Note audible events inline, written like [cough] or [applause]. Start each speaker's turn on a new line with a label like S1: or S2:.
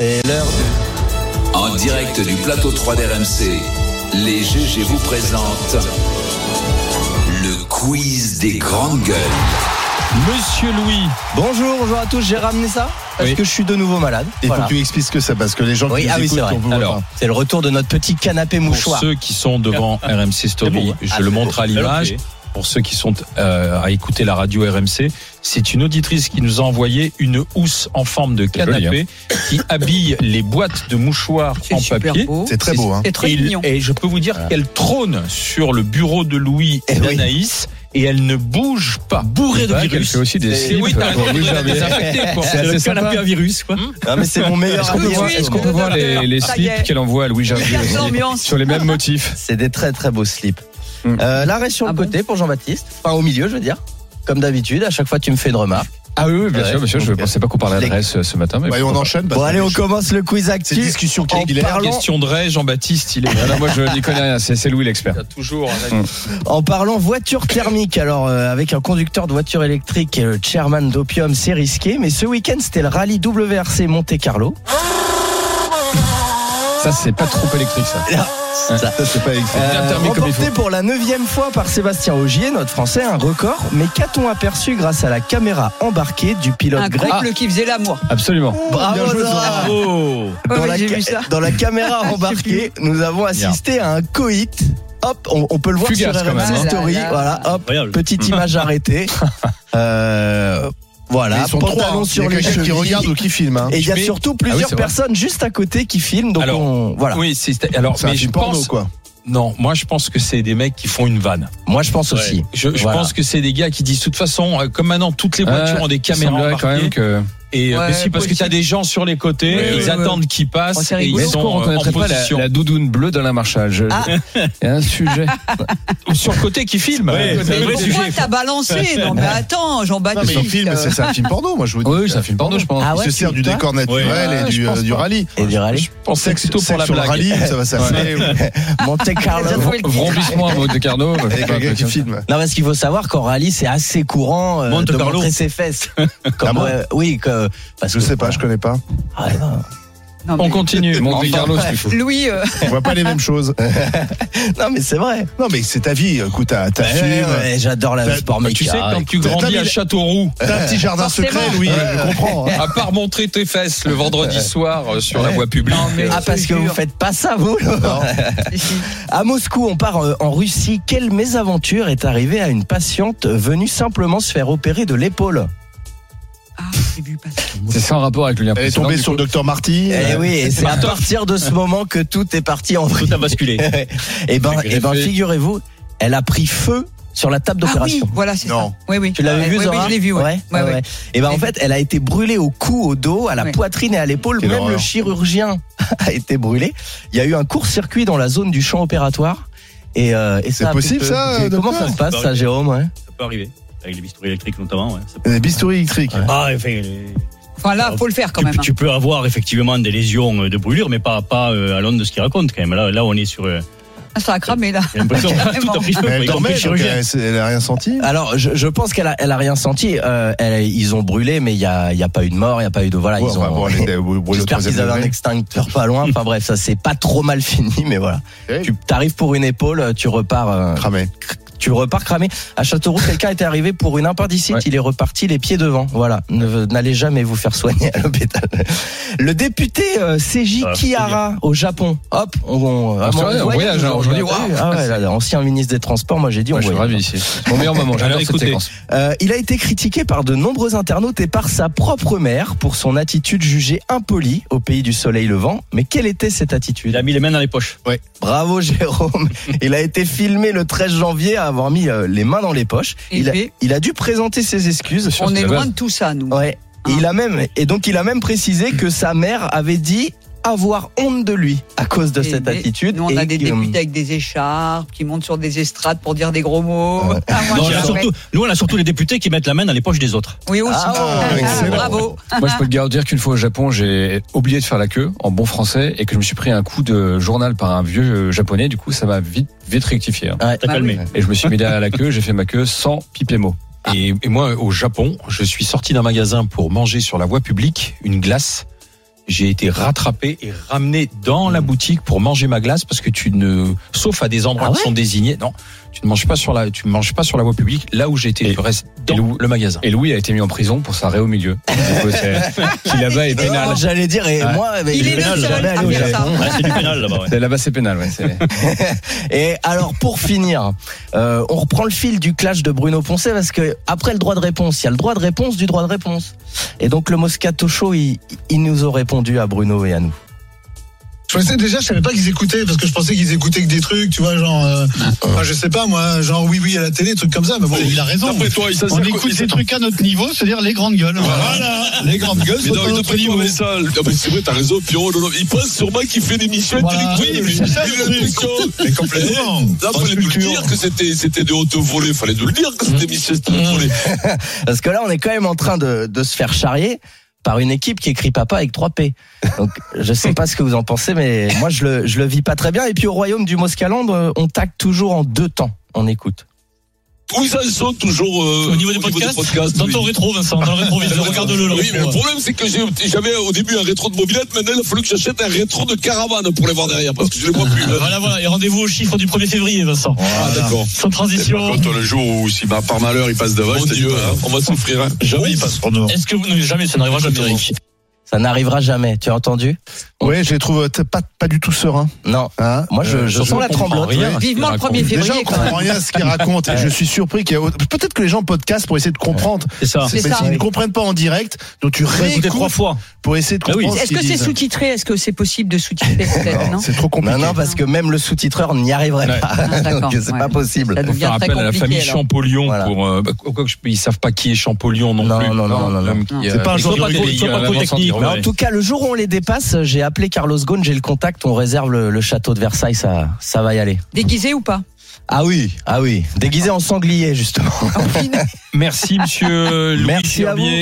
S1: C'est l'heure du...
S2: En direct du plateau 3 d'RMC, les GG vous présentent le quiz des grandes gueules.
S3: Monsieur Louis,
S1: Bonjour, bonjour à tous, j'ai ramené ça parce
S3: Oui.
S1: que je suis de nouveau malade.
S4: Il
S1: Voilà.
S4: faut que tu expliques ce que c'est parce que les gens
S1: Oui,
S4: qui
S1: ah
S4: nous
S1: oui, c'est
S4: écoutent,
S1: vrai.
S4: on vous voit
S3: Alors,
S4: pas.
S1: C'est le retour de notre petit canapé
S3: pour
S1: mouchoir.
S3: ceux qui sont devant RMC Story, je
S1: Ah,
S3: le
S1: c'est
S3: montre à l'image. Pour ceux qui sont euh, à écouter la radio RMC, c'est une auditrice qui nous a envoyé une housse en forme de canapé qui habille les boîtes de mouchoirs en papier.
S4: c'est très beau. Hein.
S5: C'est très
S3: et,
S5: mignon.
S3: et je peux vous dire qu'elle trône sur le bureau de Louis et
S1: Eh oui.
S3: d'Anaïs et elle ne bouge pas. ben, Bourrée
S6: Elle fait aussi des
S1: C'est-
S6: slips
S3: Oui, t'as
S6: pour
S3: raison, de
S6: Louis
S3: la
S6: Gervais.
S3: désinfecter, quoi.
S6: C'est assez sympa.
S3: virus, quoi.
S1: Non, mais c'est mon meilleur
S3: Est-ce qu'on
S1: ami.
S3: peut
S1: hein,
S3: voir-
S1: c'est
S6: Est-ce
S1: bon.
S6: qu'on peut voir les, les
S5: Ça y est.
S6: slips qu'elle envoie à
S3: [laughs]
S6: Louis Gervais
S5: Regarde
S6: aussi
S5: l'ambiance.
S6: sur les mêmes motifs
S1: C'est des très très beaux slips.
S4: Hmm.
S6: Mm.
S1: Euh, L'arrêt sur
S5: Ah
S1: le
S5: bon
S1: côté pour Jean-Baptiste, enfin au milieu, je veux dire. Comme d'habitude, à chaque fois tu me fais une remarque.
S6: Ah oui, oui, bien
S1: Ouais.
S6: sûr, monsieur. Je ne pensais pas qu'on parlait adresse euh, ce matin. Mais
S4: Bah, et on enchaîne. parce
S1: Bon,
S4: que
S1: allez,
S4: les
S1: on
S4: gens-
S1: commence le quiz
S4: C'est une
S1: actu.
S4: discussion qui
S1: En
S4: est hilaire.
S1: parlant-
S3: Question de Ray, Jean-Baptiste, il est
S6: Ah non, moi, je n'y connais rien. C'est c'est Louis l'expert.
S3: il a toujours un avis.
S1: En parlant voiture thermique, alors euh, avec un conducteur de voiture électrique et le chairman d'Opium, c'est risqué. Mais ce week-end, c'était le rallye WRC Monte Carlo.
S6: Ça, c'est pas trop électrique, ça.
S1: Ça,
S4: Ça, c'est pas excellent.
S6: bien terminé comme il
S1: Euh, remporté pour la neuvième fois par Sébastien Ogier, notre Français, un record. Mais qu'a-t-on aperçu grâce à la caméra embarquée du pilote
S5: Un
S1: grec
S5: couple qui faisait l'amour.
S6: Absolument.
S1: Bravo,
S4: Bien joué,
S1: Zora.
S4: Zora.
S3: Oh.
S1: dans,
S5: Ouais,
S1: la
S5: Oh, j'ai
S1: ca-
S5: vu ça.
S1: dans la
S5: [laughs]
S1: caméra embarquée, nous avons assisté à un coït. Hop, on, on peut le voir
S6: Fugace,
S1: sur
S6: quand
S1: RMC
S6: même,
S5: hein.
S1: Story.
S5: Ah là là.
S1: Voilà, hop, petite image arrêtée. Euh,
S4: Mais
S1: voilà,
S4: Ils sont trois.
S1: pantalon
S4: hein. Il y
S1: sur
S4: a
S1: les
S4: quelqu'un qui
S1: chevilles.
S4: regarde ou qui filme. hein.
S1: Et il y a
S3: Mais-
S1: surtout plusieurs
S6: c'est vrai.
S1: personnes juste à côté qui filment. Donc
S3: Alors,
S1: on- voilà.
S3: Oui, c'est alors
S4: C'est un
S3: mais je
S4: film porno,
S3: pense
S4: quoi.
S3: non, moi je pense que c'est des mecs qui font une vanne.
S1: Moi, je pense aussi.
S3: Je, je
S1: Voilà.
S3: pense que c'est des gars qui disent de toute façon euh, comme maintenant toutes les voitures
S6: Ouais,
S3: ont des
S6: Euh, Il
S3: caméras
S6: semblerait quand
S3: embarquées
S6: même que.
S3: et euh,
S5: Ouais,
S3: mais si, parce que
S5: possible.
S3: t'as des gens sur les côtés,
S5: Ouais,
S3: ils
S5: ouais, ouais.
S3: attendent qu'ils
S5: Oh,
S3: passent
S5: c'est
S3: et
S5: rigolo.
S3: ils
S6: Est-ce
S3: sont
S6: qu'on
S3: euh, en
S6: reconnaîtrait pas la,
S3: position.
S6: la doudoune bleue d'Alain Marchal Je-
S1: Ah.
S6: Il y a un sujet.
S3: Sur le côté qui filme.
S6: Ouais,
S3: c'est un
S5: Mais
S3: vrai
S5: pourquoi
S3: sujet.
S5: t'as balancé Non, mais attends,
S4: Non, mais
S5: Jean-Baptiste.
S4: un film,
S5: euh,
S4: c'est c'est un film porno, moi je vous dis.
S6: Oui, c'est un film porno, je pense.
S1: Ah ouais,
S4: Il se sert
S1: tu
S4: du
S1: dis pas
S4: décor
S6: Ouais,
S4: naturel et
S6: je
S4: du, euh,
S6: pense
S4: du
S6: pas.
S4: rallye.
S1: Et dire, allez,
S3: Je pensais
S4: Sexe-
S3: plutôt pour
S4: sexe
S3: la
S4: sur le
S3: blague.
S4: rallye, ça va [laughs] s'appeler.
S1: [laughs]
S4: ou-
S1: Monte Carlo.
S5: Déjà trouvé le titre.
S4: [laughs]
S6: Vrombissement à Monte Carlo.
S4: Il y a quelqu'un qui filme.
S1: Non, mais ce qu'il faut savoir qu'en rallye, c'est assez courant euh,
S3: Monte
S1: de
S3: Carlo.
S1: montrer ses
S3: [laughs]
S1: fesses. Comme,
S4: Ah bon
S1: euh, oui, que, parce
S4: Je
S1: que-
S4: sais pas, je connais pas.
S1: Ah, non.
S5: non, mais
S6: On continue. Monte Carlo, c'est fou.
S5: Louis, euh,
S4: On voit pas les mêmes choses. [laughs]
S1: Non, mais c'est vrai.
S4: Non, mais c'est ta vie. Écoute, t'as t'as
S1: Ouais,
S4: film,
S1: ouais, J'adore la
S4: Bah,
S1: sport
S3: euh, Tu sais,
S1: méca.
S3: quand tu
S4: T'as
S3: grandis
S4: mis-
S3: à Châteauroux,
S4: t'as un petit jardin secret,
S5: Forcément.
S4: Louis. Je comprends. hein.
S3: à part montrer tes fesses le vendredi soir euh, sur la
S4: Ouais.
S3: voie publique. euh,
S1: Ah, parce
S5: Je
S1: que
S5: jure.
S1: vous faites pas ça, vous là.
S4: Non.
S5: Ah,
S1: À Moscou, on part euh, en Russie. Quelle mésaventure est arrivée à une patiente venue simplement se faire opérer de l'épaule
S5: ah, j'ai vu passer.
S6: C'est sans rapport avec le lien
S4: Elle est
S6: précédent,
S4: tombée
S6: du
S4: sur le
S6: coup.
S4: docteur Marty.
S1: Eh
S4: euh,
S1: oui, et c'est à partir de ce moment que tout est parti en vrille. [laughs]
S3: basculé.
S1: Eh ben,
S6: J'ai
S1: eh ben
S6: greffé.
S1: figurez-vous, elle a pris feu sur la table
S5: Ah oui,
S1: d'opération.
S5: voilà, c'est ça.
S4: Non.
S5: Oui, oui.
S1: Tu l'avais
S5: Ouais,
S1: vu,
S5: ouais,
S1: Zora
S5: oui, je l'ai vu, ouais. Ouais, ouais.
S1: Et ben en
S5: Oui.
S1: fait, elle a été brûlée au cou, au dos, à la
S5: Ouais.
S1: poitrine et à l'épaule.
S4: Quelle
S1: Même le
S4: horreur.
S1: chirurgien [laughs] a été brûlé. Il y a eu un court-circuit dans la zone du champ opératoire. Et, euh, et ça
S4: C'est
S1: a pu
S4: possible,
S1: te-
S4: ça, euh,
S1: c'est- Comment ça se
S4: docteur Bah
S1: passe, ça,
S7: Barbier.
S1: Jérôme ouais
S7: Ça peut arriver. Avec les bistouris électriques notamment, ouais. Ça peut-
S4: Des bistouris électriques.
S7: Ah, enfin, les-
S5: Enfin là, faut le faire quand
S7: tu,
S5: même. hein.
S7: tu peux avoir effectivement des lésions euh, de brûlure, mais pas, pas euh, à l'onde de ce qu'il raconte quand même. Là, là on est sur. euh,
S5: Ah, ça a cramé là.
S7: J'ai l'impression que tout a pris
S4: Mais
S7: feu, quoi,
S4: elle
S7: y compris
S4: dormait,
S7: le
S4: donc euh,
S7: chirurgien.
S4: elle, elle a rien senti.
S1: Alors, je, je pense qu'elle a, elle a rien senti. Euh, elle- ils ont brûlé, mais il n'y a, il y a pas eu de mort, il n'y a pas eu de. Voilà,
S4: Ouais,
S1: ils ont.
S4: enfin, bon, elle était au- au- au
S1: J'espère
S4: troisième
S1: qu'ils avaient un
S4: degré.
S1: extincteur pas loin. Enfin bref, ça c'est pas trop mal fini, mais voilà.
S4: Oui.
S1: Tu t'arrives pour une épaule, tu repars, euh,
S4: Cramé.
S1: tu repars cramé. À Châteauroux, quelqu'un était arrivé pour une appendicite,
S6: Ouais.
S1: il est reparti les pieds devant. Voilà, Ne- n'allez jamais vous faire soigner à l'hôpital. Le député euh, CJ
S7: Ah,
S1: Kihara au Japon. Hop, on, on,
S6: Ah, c'est vrai, on voyage, hein, aujourd'hui, waouh.
S1: Ah ouais, là, là, ancien ministre des Transports, moi j'ai dit on
S6: Moi, je suis
S1: voyage.
S6: ravi ici. Mon meilleur moment.
S3: Alors,
S6: J'adore cette
S3: écoutez.
S6: séquence.
S1: Euh, il a été critiqué par de nombreux internautes et par sa propre mère pour son attitude jugée impolie au pays du soleil levant. Mais quelle était cette
S7: Il
S1: attitude
S7: a mis les mains dans les poches.
S1: Bravo
S5: [laughs]
S1: Jérôme. Il a été filmé le 13 janvier à avoir mis euh, les mains dans les poches.
S5: Et
S1: Il a,
S5: puis,
S1: il a dû présenter ses excuses.
S5: on
S6: c'est
S5: est
S6: la
S5: loin
S6: base.
S5: de tout ça, nous.
S1: Ouais. Et il a même et donc il a même précisé que sa mère avait dit avoir honte de lui à cause de
S5: Et
S1: cette
S5: mais-
S1: attitude.
S5: Nous, on
S1: et
S5: a
S1: euh,
S5: des
S1: qu'il-
S5: députés avec des écharpes qui montent sur des estrades pour dire des gros mots.
S1: Ouais.
S5: Ah, moi,
S7: Non, on
S5: j'ai
S7: a
S5: adoré.
S7: surtout- nous, on a surtout les députés qui mettent la main dans les poches des autres.
S5: Oui, aussi.
S1: Ah,
S5: Ah,
S4: excellent.
S5: bravo.
S6: Moi, je peux te garantir qu'une fois au Japon, j'ai oublié de faire la queue en bon français et que je me suis pris un coup de journal par un vieux euh, japonais. Du coup, ça m'a vite, vite rectifié. hein.
S7: T'as
S5: Ah
S7: calmé.
S6: Et je me suis mis derrière la queue, j'ai fait ma queue sans piper mot.
S3: Et, et moi, au Japon, je suis sorti d'un magasin pour manger sur la voie publique une glace. j'ai été rattrapé et ramené dans la boutique pour manger ma glace parce que tu ne, sauf à des endroits
S1: Ah
S3: qui sont désignés, non, tu ne manges pas sur la, tu ne manges pas sur la voie publique. Là où j'étais,
S6: Et-
S3: tu restes dans
S6: et le-
S3: le magasin.
S6: Et Louis a été mis en prison pour sa réau milieu. Donc, c'est- qui là-bas est pénal.
S1: Non, euh, J'allais dire, et
S6: Ouais.
S1: moi, mais
S5: Il est le
S1: jamais
S5: seul
S1: allé
S5: à
S1: au
S5: faire
S1: Japon.
S7: Ah, c'est du pénal là-bas. ouais.
S6: C'est- Là-bas, c'est pénal, ouais. c'est-
S1: Et alors pour finir, euh, on reprend le fil du clash de Bruno Poncet parce que après le droit de réponse, il y a le droit de réponse du droit de réponse. Et donc le Moscato Show, il, il nous a répondu à Bruno et à nous.
S8: Je pensais déjà, je savais pas qu'ils écoutaient parce que je pensais qu'ils écoutaient que des trucs, tu vois, genre, euh, enfin, je sais pas moi, genre oui oui à la télé, trucs comme ça. Mais bon, il a raison. on écoute ces trucs à notre niveau, c'est-à-dire les grandes gueules. Voilà, les grandes gueules.
S9: Mais
S8: sont
S9: non,
S8: pas
S9: il
S8: notre
S9: pas dit
S8: niveau.
S9: mauvais sale. Ah, mais c'est vrai, t'as raison, Pierrot. Non, non, il pense sûrement qu'il fait des missions
S8: Voilà.
S9: intellectuelles.
S8: Oui, mais c'est ça, le
S9: Il a l'impression-
S8: Mais complètement.
S9: Là, fallait nous le dire que c'était, c'était de haute volée. Fallait nous le dire que
S8: Mmh.
S9: c'était mission de haute volée.
S1: Parce que là, on est quand même en train de, de se faire charrier par une équipe qui écrit papa avec 3 P. Donc je sais pas ce que vous en pensez, mais moi je le, je le vis pas très bien. Et puis au royaume du Moscaland, euh, on tacle toujours en deux temps. On écoute.
S9: Où ils en sont toujours, euh,
S7: Au niveau des podcasts, dans
S9: oui.
S7: ton rétro, Vincent, dans le rétro, regarde-le. le
S9: Oui, mais le
S7: rétro.
S9: problème, c'est que j'ai- j'avais au début un rétro de mobilette. Maintenant, il a fallu que j'achète un rétro de caravane pour les voir derrière parce que je les vois plus.
S7: Voilà, voilà, et rendez-vous au chiffre du 1er février, Vincent.
S9: Ah, d'accord.
S7: Sans transition.
S9: le jour où, si par malheur, il passe devant,
S8: je
S9: Mon
S8: te dis
S9: Dieu,
S8: pas,
S9: hein, on va souffrir. hein.
S8: Jamais ils passent pour nous.
S7: Est-ce que vous ne jamais ça n'arrivera jamais Eric
S1: Ça n'arrivera jamais. Tu as entendu
S4: Ouais, je les trouve euh, pas, pas du tout sereins.
S1: Non.
S4: Hein
S1: Moi, je, je sens la tremblote.
S5: Vivement le 1er
S4: Déjà, on
S5: février quand
S4: comprend
S5: même.
S4: rien à ce qu'ils racontent. Et je suis surpris qu'il y a autre- Peut-être que les gens podcastent pour essayer de comprendre.
S7: C'est ça.
S5: C'est
S4: Mais
S5: ça.
S4: s'ils ne comprennent pas en direct, donc tu
S7: Écoutez trois
S4: réécoutes
S7: fois.
S4: pour essayer de
S7: Ah oui.
S4: comprendre.
S5: Est-ce
S4: ce
S5: que
S4: qu'ils
S5: c'est
S4: disent. Ah,
S5: sous-titré Est-ce que c'est possible de sous-titrer peut-être Non,
S4: C'est trop compliqué.
S1: Non, non, parce que même le sous-titreur n'y arriverait
S3: Ouais.
S1: pas.
S5: Ah, d'accord,
S1: Donc, c'est
S5: ouais.
S1: pas possible.
S5: Ça
S3: Faut
S5: devient
S3: faire
S5: très
S3: appel à la
S5: compliqué.
S3: famille
S5: alors.
S3: Champollion
S1: Voilà.
S3: pour. [laughs] euh, bah, quoi que je- ils savent pas qui est Champollion non,
S1: Non,
S3: plus.
S1: non, non, non, non.
S3: L'homme qui,
S5: Non.
S3: euh,
S4: C'est pas un
S3: qui
S4: genre
S3: est
S7: de-
S3: irrégulier,
S7: soit pas
S3: euh,
S7: trop technique,
S3: Vincent
S1: Mais
S3: Diroy.
S1: en tout cas, le jour où on les dépasse, j'ai appelé Carlos Ghosn, j'ai le contact, on réserve le, le château de Versailles, ça, ça va y aller.
S5: Déguisé
S3: [laughs]
S5: ou pas
S1: Ah oui, ah oui, déguisé en sanglier justement.
S3: Merci, monsieur Louis
S1: Merci à vous.
S3: Gerbier.